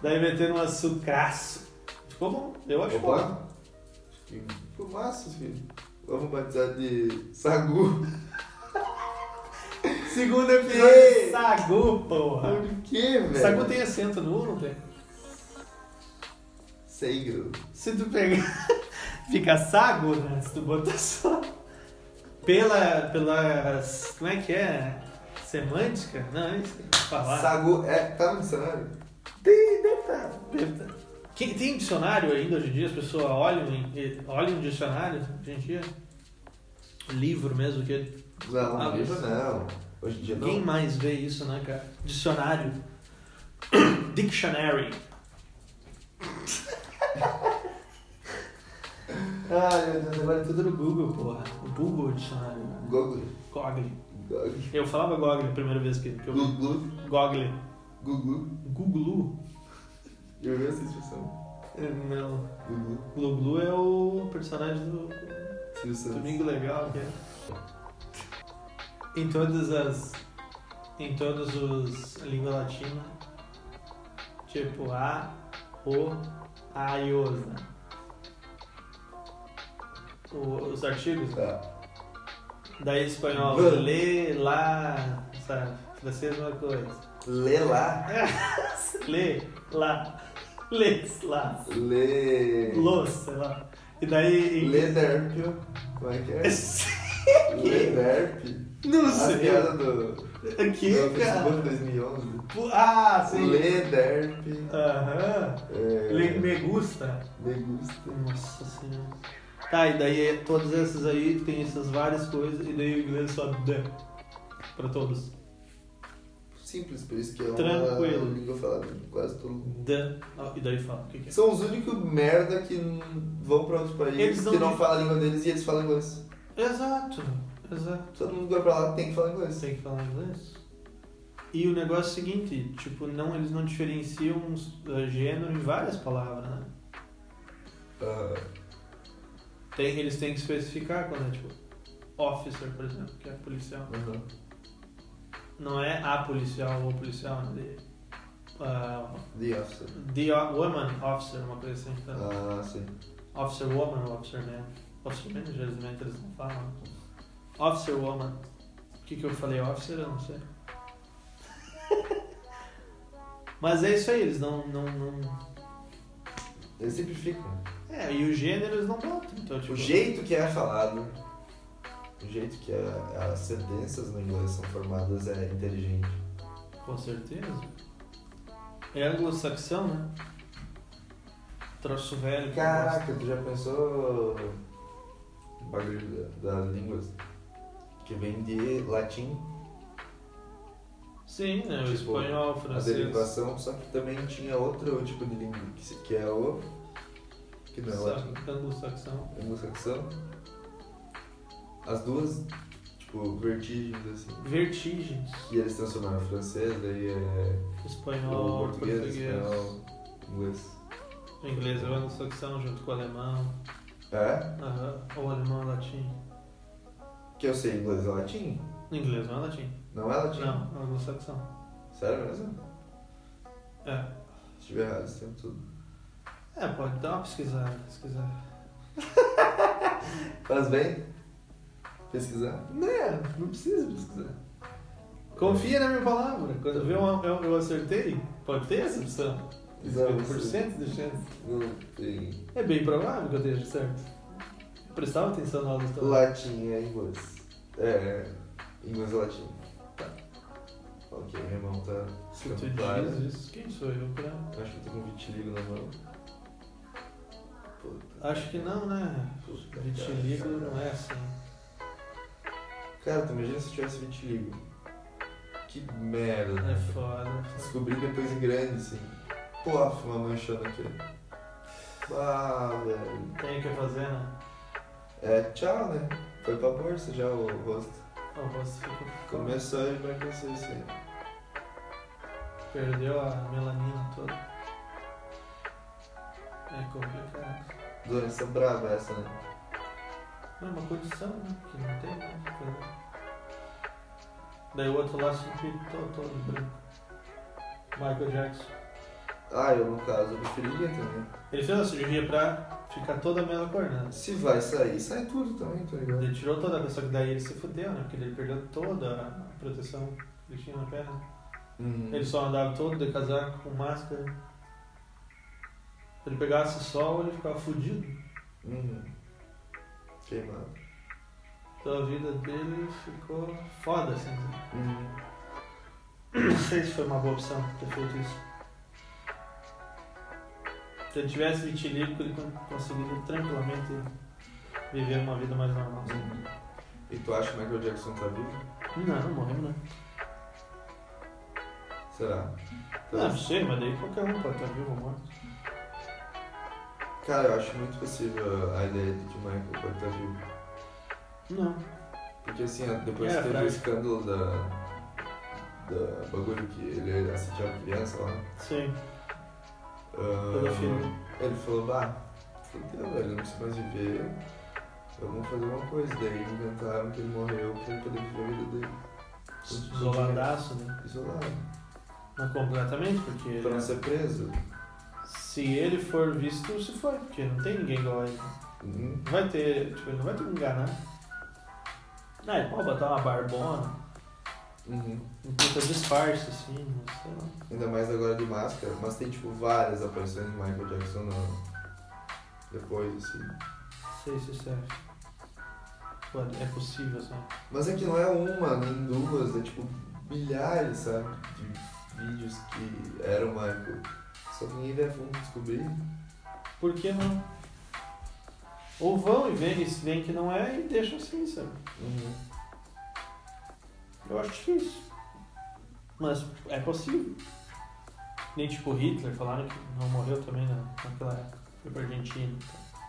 Daí meter um açucraço. Ficou bom. Eu acho bom. Opa! Fumaço, filho. Vamos batizar de sagu. Segunda Ei, episódio. Sagu, porra. Por que, velho? Sagu tem acento nu, não tem? Segro. Se tu pegar. Fica sago, né? Se tu botar só. Pela. pelas. Como é que é? Semântica? Não, é isso que eu ia falar. Sagu é. Tá no dicionário? Tem, deve tá. Deve tá. Quem, tem dicionário ainda hoje em dia? As pessoas olham, em- olham um dicionário hoje em dia? Livro mesmo, que. Não, Ah, não livro não. Hoje em dia não. Quem mais vê isso, né, cara? Dicionário. Dictionary. ah, meu Deus, agora é tudo no Google, porra. O Google Dicionário. né? Google. Goggle. Google. Eu falava Goggle a primeira vez que, que eu vi. Google. Goggle. Google. Guglu? Eu vi essa expressão. É, Não. Google. Gluglu é o personagem do Silvio Santos. Domingo Legal, que é. Em todas as. Em todas os. língua latina. Tipo A, O, A e né? Osa. O- Os artigos. Tá. Daí espanhol. Lê, lá. Sabe? Francês, é uma coisa. Lê lá. Lê, lá. Lês, lá. Lê. Los, sei lá. E daí. em- Lê derpio. Como é que é? Lê derpio. Não As sei. piadas do. Aqui, do cara. Facebook 2011. Pu- Ah, sim. Lederp. Aham. É, Lê, me gusta. Degusta. Nossa senhora. Tá, e daí é- todas essas aí tem essas várias coisas, e daí o inglês só the. Pra todos. Simples, por isso que é Tranquilo. uma língua falada em quase todo mundo. The. Ah, e daí fala. O que, que é? São os únicos merda que n- vão pra outro país Eles não que não dizem- falam a língua deles e eles falam inglês. é? Exato. Exato. Todo mundo que vai pra lá tem que falar inglês. Você tem que falar inglês. E o negócio é o seguinte, tipo, não, eles não diferenciam uh, gênero de várias palavras, né? Ah, Tem, eles têm que especificar quando é tipo officer, por exemplo, que é policial. uhum. Não é a policial ou policial, né? The, uh, The Officer. the o- woman officer, uma coisa assim. Tá? Ah, sim. Officer woman ou officer man. Officer man, geralmente eles não falam. Officer woman. O que, que eu falei? Officer, eu não sei. Mas é isso aí, eles não, não, não. Eles sempre ficam. É, e o gênero eles não botam. Então, tipo, O jeito que é falado, o jeito que a- as sentenças no inglês são formadas é inteligente. Com certeza. É anglo-saxão, né? Troço velho. que Caraca, tu já pensou o bagulho da- das línguas que vem de latim, gosta. Sim, né? O Tipo, espanhol, o a francês. derivação, só que também tinha outro tipo de língua, que, se- que é o. que não é latim, sa- Anglo-saxão. anglo-saxão. As duas, tipo, vertigens assim. Vertigens. E eles transformaram o francês, daí é. o Espanhol, português, português. espanhol. Inglês. O inglês é uma anglo-saxão junto com o alemão, É? aham, ou o alemão é latim. Que eu sei inglês é latim? O inglês não é latim. Não é latim? Não, é anglo-saxão. Sério mesmo? É. Se tiver errado, esse tempo tudo. É, pode dar uma pesquisada, pesquisar. Faz bem? Pesquisar? É, Não, não precisa pesquisar. Confia na minha palavra. Quando vê um, eu, eu acertei, pode ter essa opção. Não, 50% de chance. Não tem. É bem provável que eu esteja certo. Prestava atenção na aula do Tomás. Latim é inglês. É, inglês é latim. Tá. Ok, minha mão tá Se tu ficando clara. diz isso, quem sou eu pra... Acho que eu tô com vitiligo na mão. Puta. Acho que não, né? Puta, Vitiligo cara. não é assim. Cara, tu imagina se eu tivesse vitiligo. Que merda. É foda. Descobri depois em grande, assim. Porra, uma manchando aqui. Ah, velho. Tem o que fazer, né? É, tchau, né? Foi pra bolsa já o rosto. O rosto ficou... Começou a embarcação isso aí. Perdeu a melanina toda. É complicado. Doença brava essa, né? Não, é uma condição, né? Que não tem mais o que fazer. Daí o outro lá se pintou todo de branco. Michael Jackson. Ah, eu no caso, eu preferia também. Ele fez a cirurgia pra ficar toda a mesma cor, né? Se vai sair, sai tudo também, tá ligado? Ele tirou toda a pessoa que daí ele se fudeu, né? Porque ele perdeu toda a proteção que ele tinha na perna. Uhum. Ele só andava todo de casaco, com máscara. Se ele pegasse sol, ele ficava fudido. Uhum. Queimado. Então a vida dele ficou foda, assim. né? Uhum. Não sei se foi uma boa opção ter feito isso. Se ele tivesse vitiligo, ele con- conseguiria tranquilamente viver uma vida mais normal. assim. Uhum. E tu acha que o Michael Jackson tá vivo? Não, não morreu, né? Será? Não, não sei, mas daí qualquer um pode estar vivo ou morto. Cara, eu acho muito possível a ideia de que o Michael pode estar vivo. Não. Porque assim, depois É, teve o frágil. escândalo da. Da bagulho que ele assediava criança lá. Sim. Ah, Pedofilia. Ele falou, bah, fudeu, velho, não preciso mais viver. Vamos fazer uma coisa. Daí inventaram que ele morreu pra ele poder viver a vida dele. Isoladaço, né? Isolado. Não completamente, porque ele- é. Pra não ser preso. se ele for visto, se foi, porque não tem ninguém igual a ele. Uhum. Não vai ter, tipo, ele não vai ter que enganar. Ah, ele pode botar uma barbona, Uhum. um puta disfarce, assim, não sei lá. Ainda mais agora de máscara. Mas tem tipo várias aparições de Michael Jackson no... depois, assim. Não sei se serve. Pode, é possível, assim. Mas é que não é uma, nem duas, é tipo milhares, sabe? De vídeos que eram Michael. Só que ninguém vai fundo descobrir. Por que não? Ou vão e veem, se veem que não é, e deixam assim, sabe? Uhum. Eu acho difícil. Mas é possível. Nem tipo Hitler, falaram que não morreu também na, naquela época. Foi pra Argentina. então.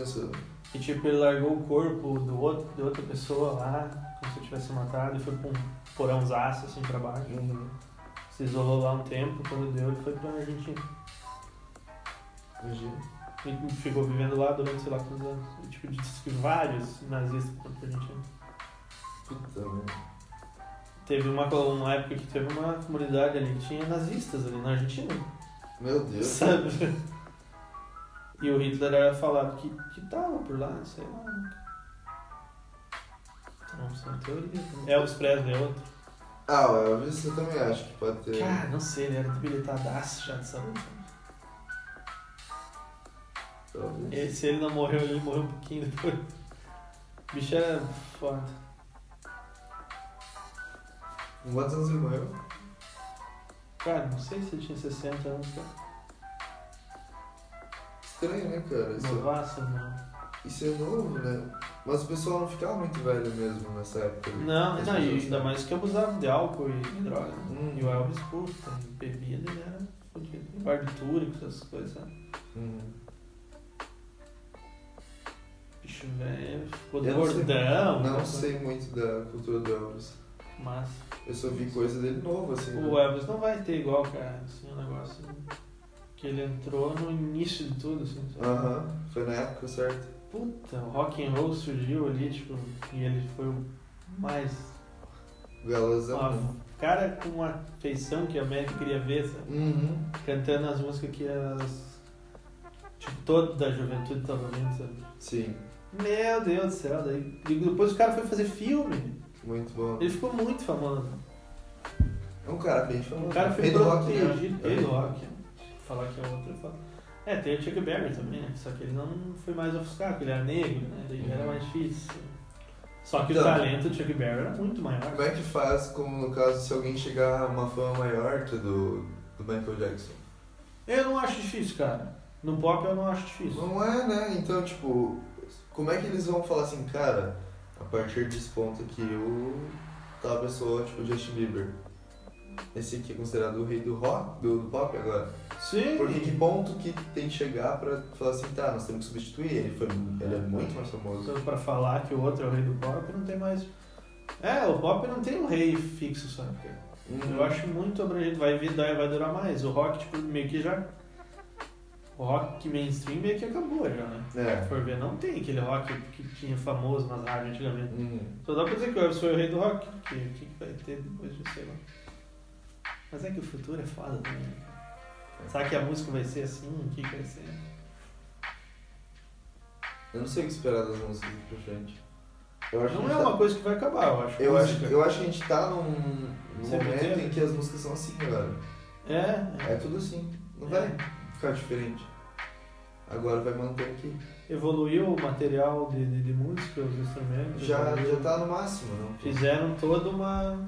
Pensou. E tipo, ele largou o corpo do outro, de outra pessoa lá, como se tivesse matado, e foi pra um porãozaço assim pra baixo. Uhum. Se isolou lá um tempo, quando deu, ele foi pra Argentina. Imagina. E ficou vivendo lá durante sei lá quantos anos. E, tipo, disse que vários nazistas foram pra Argentina. Puta, mano. Teve uma, uma época que teve uma comunidade ali que tinha nazistas ali na Argentina. Meu Deus. Sabe? E o Hitler era falado que, que tava por lá, sei lá. né? Então, são teorias. né? Elvis Presley é outro. Ah, o Elvis eu também acho que pode ter. Cara, não sei, ele era debilitadaço já de saúde. Talvez. E se ele não morreu, ele morreu um pouquinho depois. O bicho era foda. Com Quantos anos ele morreu? Cara, não sei se ele tinha 60 anos, cara. Estranho, né, cara? Isso, Novaço, não. isso é novo, né? Mas o pessoal não ficava muito velho mesmo nessa época. né? Não, As não, e pessoas- ainda mais que abusava de álcool e droga. né? Hum. E o Elvis, puta, bebida, ele era fodido. Barbitura, essas coisas, né? sabe? Uhum. Bicho velho, ficou Eu não sei- gordão. Não né? sei muito da cultura do Elvis. Mas Eu só vi coisa dele novo, assim. o né? Elvis não vai ter igual, cara, assim, o negócio. Que ele entrou no início de tudo, assim. sabe? Aham, foi na época certa. Puta, o rock and roll surgiu ali, tipo, e ele foi o mais. Galãzão. ó, o cara com uma feição que a América queria ver, sabe? Uhum. Cantando as músicas que as. Tipo, toda a juventude tava ouvindo, sabe? Sim, Meu Deus do céu, daí. E depois o cara foi fazer filme. muito bom. Ele ficou muito famoso. É um cara bem famoso. O cara foi Rei do rock, né? protegido. Rei do rock. Falar que é outro é foda. É, tem o Chuck Berry também, né? Só que ele não foi mais ofuscado, porque ele era negro, né? Daí Uhum. era mais difícil. Só que Então. o talento do Chuck Berry era muito maior. Como é que faz, como no caso, se alguém chegar a uma fama maior que do, do Michael Jackson? Eu não acho difícil, cara. No pop eu não acho difícil. Não é, né? Então, tipo, como é que eles vão falar assim, cara, a partir desse ponto aqui, eu tal pessoa, tipo, Justin Bieber. Esse aqui é considerado o rei do rock, do, do pop agora. Sim. Porque que ponto que tem que chegar pra falar assim, tá, nós temos que substituir ele, foi, ele é muito mais famoso. Então, pra falar que o outro é o rei do pop, não tem mais. É, o pop não tem um rei fixo, sabe? Hum, Uhum. Eu acho muito abrangente, vai vir, daí vai durar mais. O rock, tipo, meio que já. O rock mainstream meio que acabou já, né? Se É. for ver, não tem aquele rock que tinha famoso nas rádios antigamente. Hum. Só dá pra dizer que o Elvis foi o rei do rock, que o que, que vai ter depois de sei lá. Mas é que o futuro é foda também. né? É. Será que a música vai ser assim? O que, que vai ser? Eu não sei o que esperar das músicas aqui pra frente. Eu acho Não que é tá- uma coisa que vai acabar, eu acho. Eu acho, Música. eu acho que a gente tá num, num Você momento entende? em que as músicas são assim, galera. É, é. É tudo assim. Não É. vai ficar diferente. Agora vai manter aqui. Evoluiu o material de, de, de música, os instrumentos. Já, evoluiu. já tá no máximo, não? Fizeram toda uma.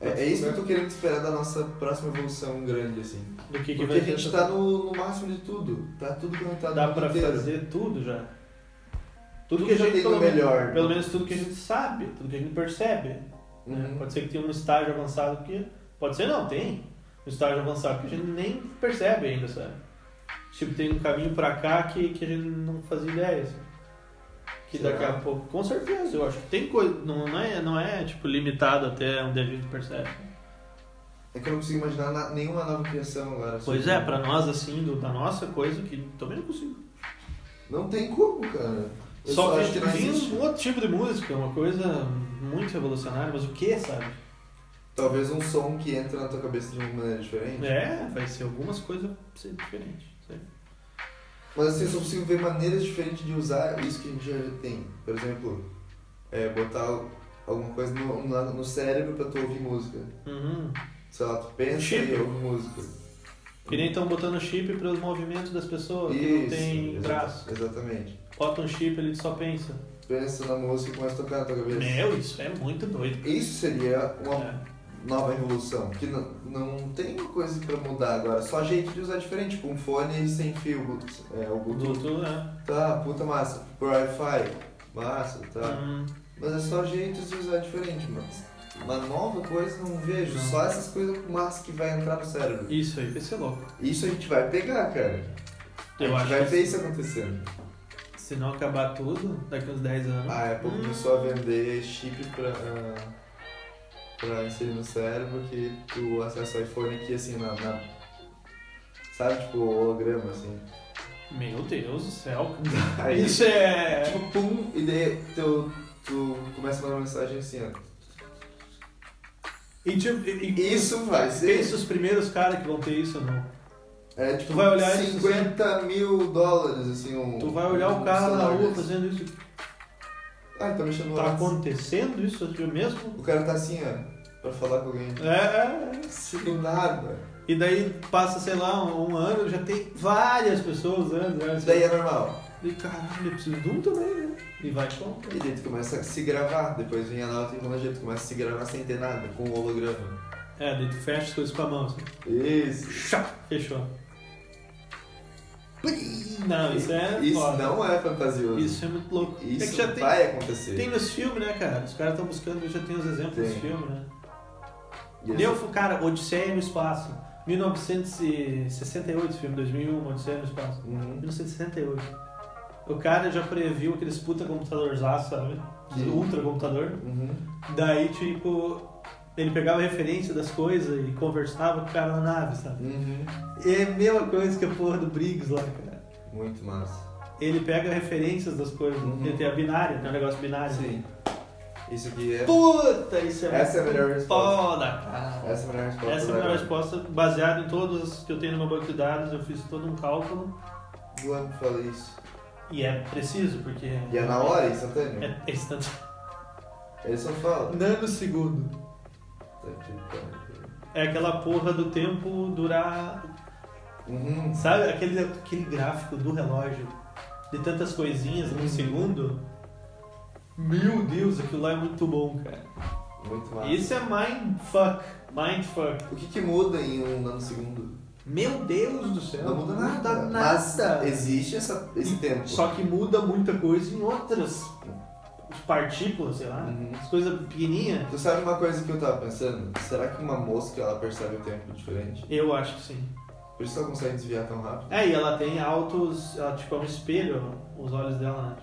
É, é isso que eu tô querendo esperar da nossa próxima evolução grande, assim. Do que, que Porque vai a gente ter- tá no, no máximo de tudo. Tá tudo conectado Dá no pra inteiro. fazer tudo já. Tudo já tem pelo do menos- melhor. né? Pelo menos tudo que a gente sabe, tudo que a gente percebe. né? Uhum. Pode ser que tenha um estágio avançado que. Pode ser não, tem. Um estágio avançado que a gente nem percebe ainda, sabe? Tipo, tem um caminho pra cá que, que a gente não fazia ideia. sabe? Que Será? daqui a pouco. Com certeza, eu acho. que Tem coisa. Não, não é, não é tipo limitado até onde a gente percebe. É que eu não consigo imaginar na- nenhuma nova criação agora. Pois sobre- um- é, pra nós assim, do- da nossa coisa, que também não consigo. Não tem como, cara. Eu Só que acho que não vem existe. um outro tipo de música, uma coisa muito revolucionária, mas o que, sabe? Talvez um som que entra na tua cabeça de uma maneira diferente. É, vai ser algumas coisas ser diferentes. sabe? Mas assim, eu só consigo ver maneiras diferentes de usar isso que a gente já tem. Por exemplo, é, botar alguma coisa no, no no cérebro pra tu ouvir música. Uhum. Sei lá, tu pensa Chip. e ouve música. Que nem estão botando chip para os movimentos das pessoas que não Isso, tem exa- braço. Exatamente. Bota um chip ele só pensa. Pensa na música e começa a tocar na tua cabeça. Meu, isso é muito doido. Isso seria uma É. nova revolução. Que não, não tem coisa pra mudar agora, só jeito de usar diferente, com um fone sem fio. but- É, o O Bluetooth. Duto, né? Tá, puta massa. Por Wi-Fi, massa, tá. Hum, Mas é só jeitos de usar diferente, mas uma nova coisa não vejo, Não. só essas coisas massas que vai entrar no cérebro. isso aí, vai ser louco. Isso a gente vai pegar, cara. A Eu gente acho vai ver que isso acontecendo. se não acabar tudo, daqui uns 10 anos. A Apple Hum. começou a vender chip pra, ah, pra inserir no cérebro que tu acessa o iPhone aqui assim na. na- sabe, tipo, holograma assim. Meu Deus do céu. Aí Isso é. tipo, pum, e daí teu, tu começa a mandar mensagem assim, ó. E, tipo, e- e- Isso vai ser. Pensa os primeiros caras que vão ter isso ou não. É tipo Tu vai olhar isso, assim. 50 mil dólares, assim, um. Tu vai olhar o um cara na celular rua desse. fazendo isso. Ah, tá mexendo no Tá WhatsApp. acontecendo isso aqui mesmo? O cara tá assim, ó, pra falar com alguém. É, é, é. Se do nada. E daí passa, sei lá, um, um ano, já tem várias pessoas usando. né? Isso daí é normal. E caralho, eu preciso de um também, né? E vai com. E daí tu começa a se gravar, depois vem a nova tecnologia, tu começa a se gravar sem ter nada, com o holograma. É, daí tu fecha as coisas com a mão, assim. Isso. Chá, fechou. Não, isso é Isso foda. não é fantasioso. Isso é muito louco. Isso é que já tem, vai acontecer. tem nos filmes, né, cara? Os caras estão buscando, já tem os exemplos Tem. dos filmes, né? E Deu, cara, Odisseia no Espaço. 1968, esse filme, 2001, Odisseia no Espaço. esse- Uhum. 1968. O cara já previu aqueles puta computadores lá, sabe? Sim. Ultra computador. Uhum. Daí, tipo, ele pegava referência das coisas e conversava com o cara na nave, sabe? Uhum. É a mesma coisa que a porra do Briggs lá, cara. Muito massa. Ele pega referências das coisas. Uhum. Ele tem a binária, tem um negócio binário. Sim. Isso aqui é. Puta, isso é Essa é a melhor resposta. foda, cara. Essa é a melhor resposta. Essa é a da melhor galera. resposta, baseado em todas que eu tenho no meu banco de dados, eu fiz todo um cálculo Do ano que falei isso. e é preciso, porque E é na hora, instantâneo? é instantâneo. Eles não falam. Nanosegundo. Tá, tipo, tá. É aquela porra do tempo durar Uhum. Sabe aquele, aquele gráfico do relógio de tantas coisinhas num segundo? Meu Deus, aquilo lá é muito bom, cara. Muito massa. Isso é mindfuck. Mindfuck. O que, que muda em um nanosegundo? Meu Deus do céu. Não muda nada. Não é muda Mas nada. existe essa, esse tempo. Só que muda muita coisa em outras partículas, sei lá. Uhum. As coisas pequenininhas. Tu sabe uma coisa que eu tava pensando? Será que uma mosca ela percebe o tempo diferente? Eu acho que sim. Por isso ela consegue desviar tão rápido? É, e ela tem altos. Ela, tipo, é um espelho, os olhos dela, né?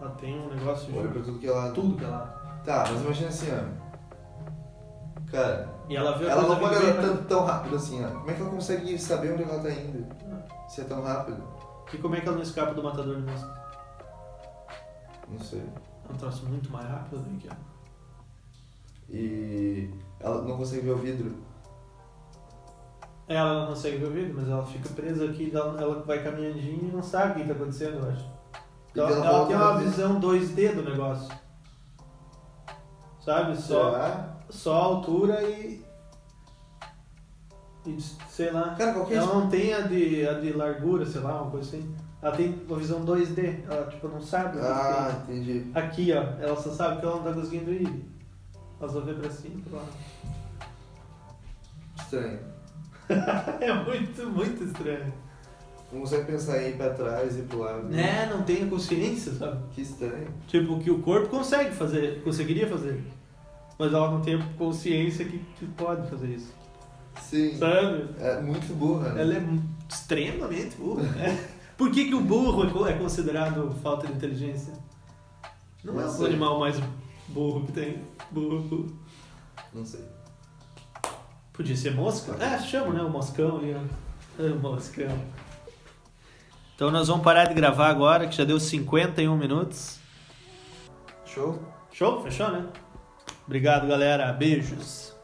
Ela tem um negócio de Olha Tipo, pra tudo que ela. tudo que ela. Tá, mas imagina assim, ó. Cara, E ela vê né? a ela coisa não pode pequena. andar tanto tão rápido assim, ó. Como é que ela consegue saber onde ela tá Ah. indo? Se é tão rápido? E como é que ela não escapa do matador mesmo? Não sei. É um troço muito mais rápido do que ela. E ela não consegue ver o vidro. Ela não consegue ver o vídeo, mas ela fica presa aqui, ela ela vai caminhandinho e não sabe o que está acontecendo, eu acho. E Então, ela ela, volta tem pra uma ver. visão 2D do negócio. Sabe? Só, Será? só a altura e. E sei lá. Cara, qualquer Ela não tem a de, a de largura, sei lá, uma coisa assim. Ela tem uma visão 2D, ela tipo não sabe. o que Ah, que entendi. é. Aqui, ó, ela só sabe que ela não tá conseguindo ir. Ela só vê pra cima e pra lá. Estranho. É muito, muito estranho. Não consegue pensar em ir pra trás e pro lado. Né? Não tenho consciência, sabe? Que estranho. Tipo, que o corpo consegue fazer, conseguiria fazer. Mas ela não tem consciência que, que pode fazer isso. Sim. Sabe? É muito burra. né? Ela é extremamente burra. né? Por que, que o burro é co- é considerado falta de inteligência? Não é Não o sei. animal mais burro que tem. Burro. Não sei. Podia ser mosca? É, chama, né? O moscão ali, ó. É, o moscão. Então nós vamos parar de gravar agora, que já deu 51 minutos. Show? Show? Fechou, né? Obrigado, galera. Beijos.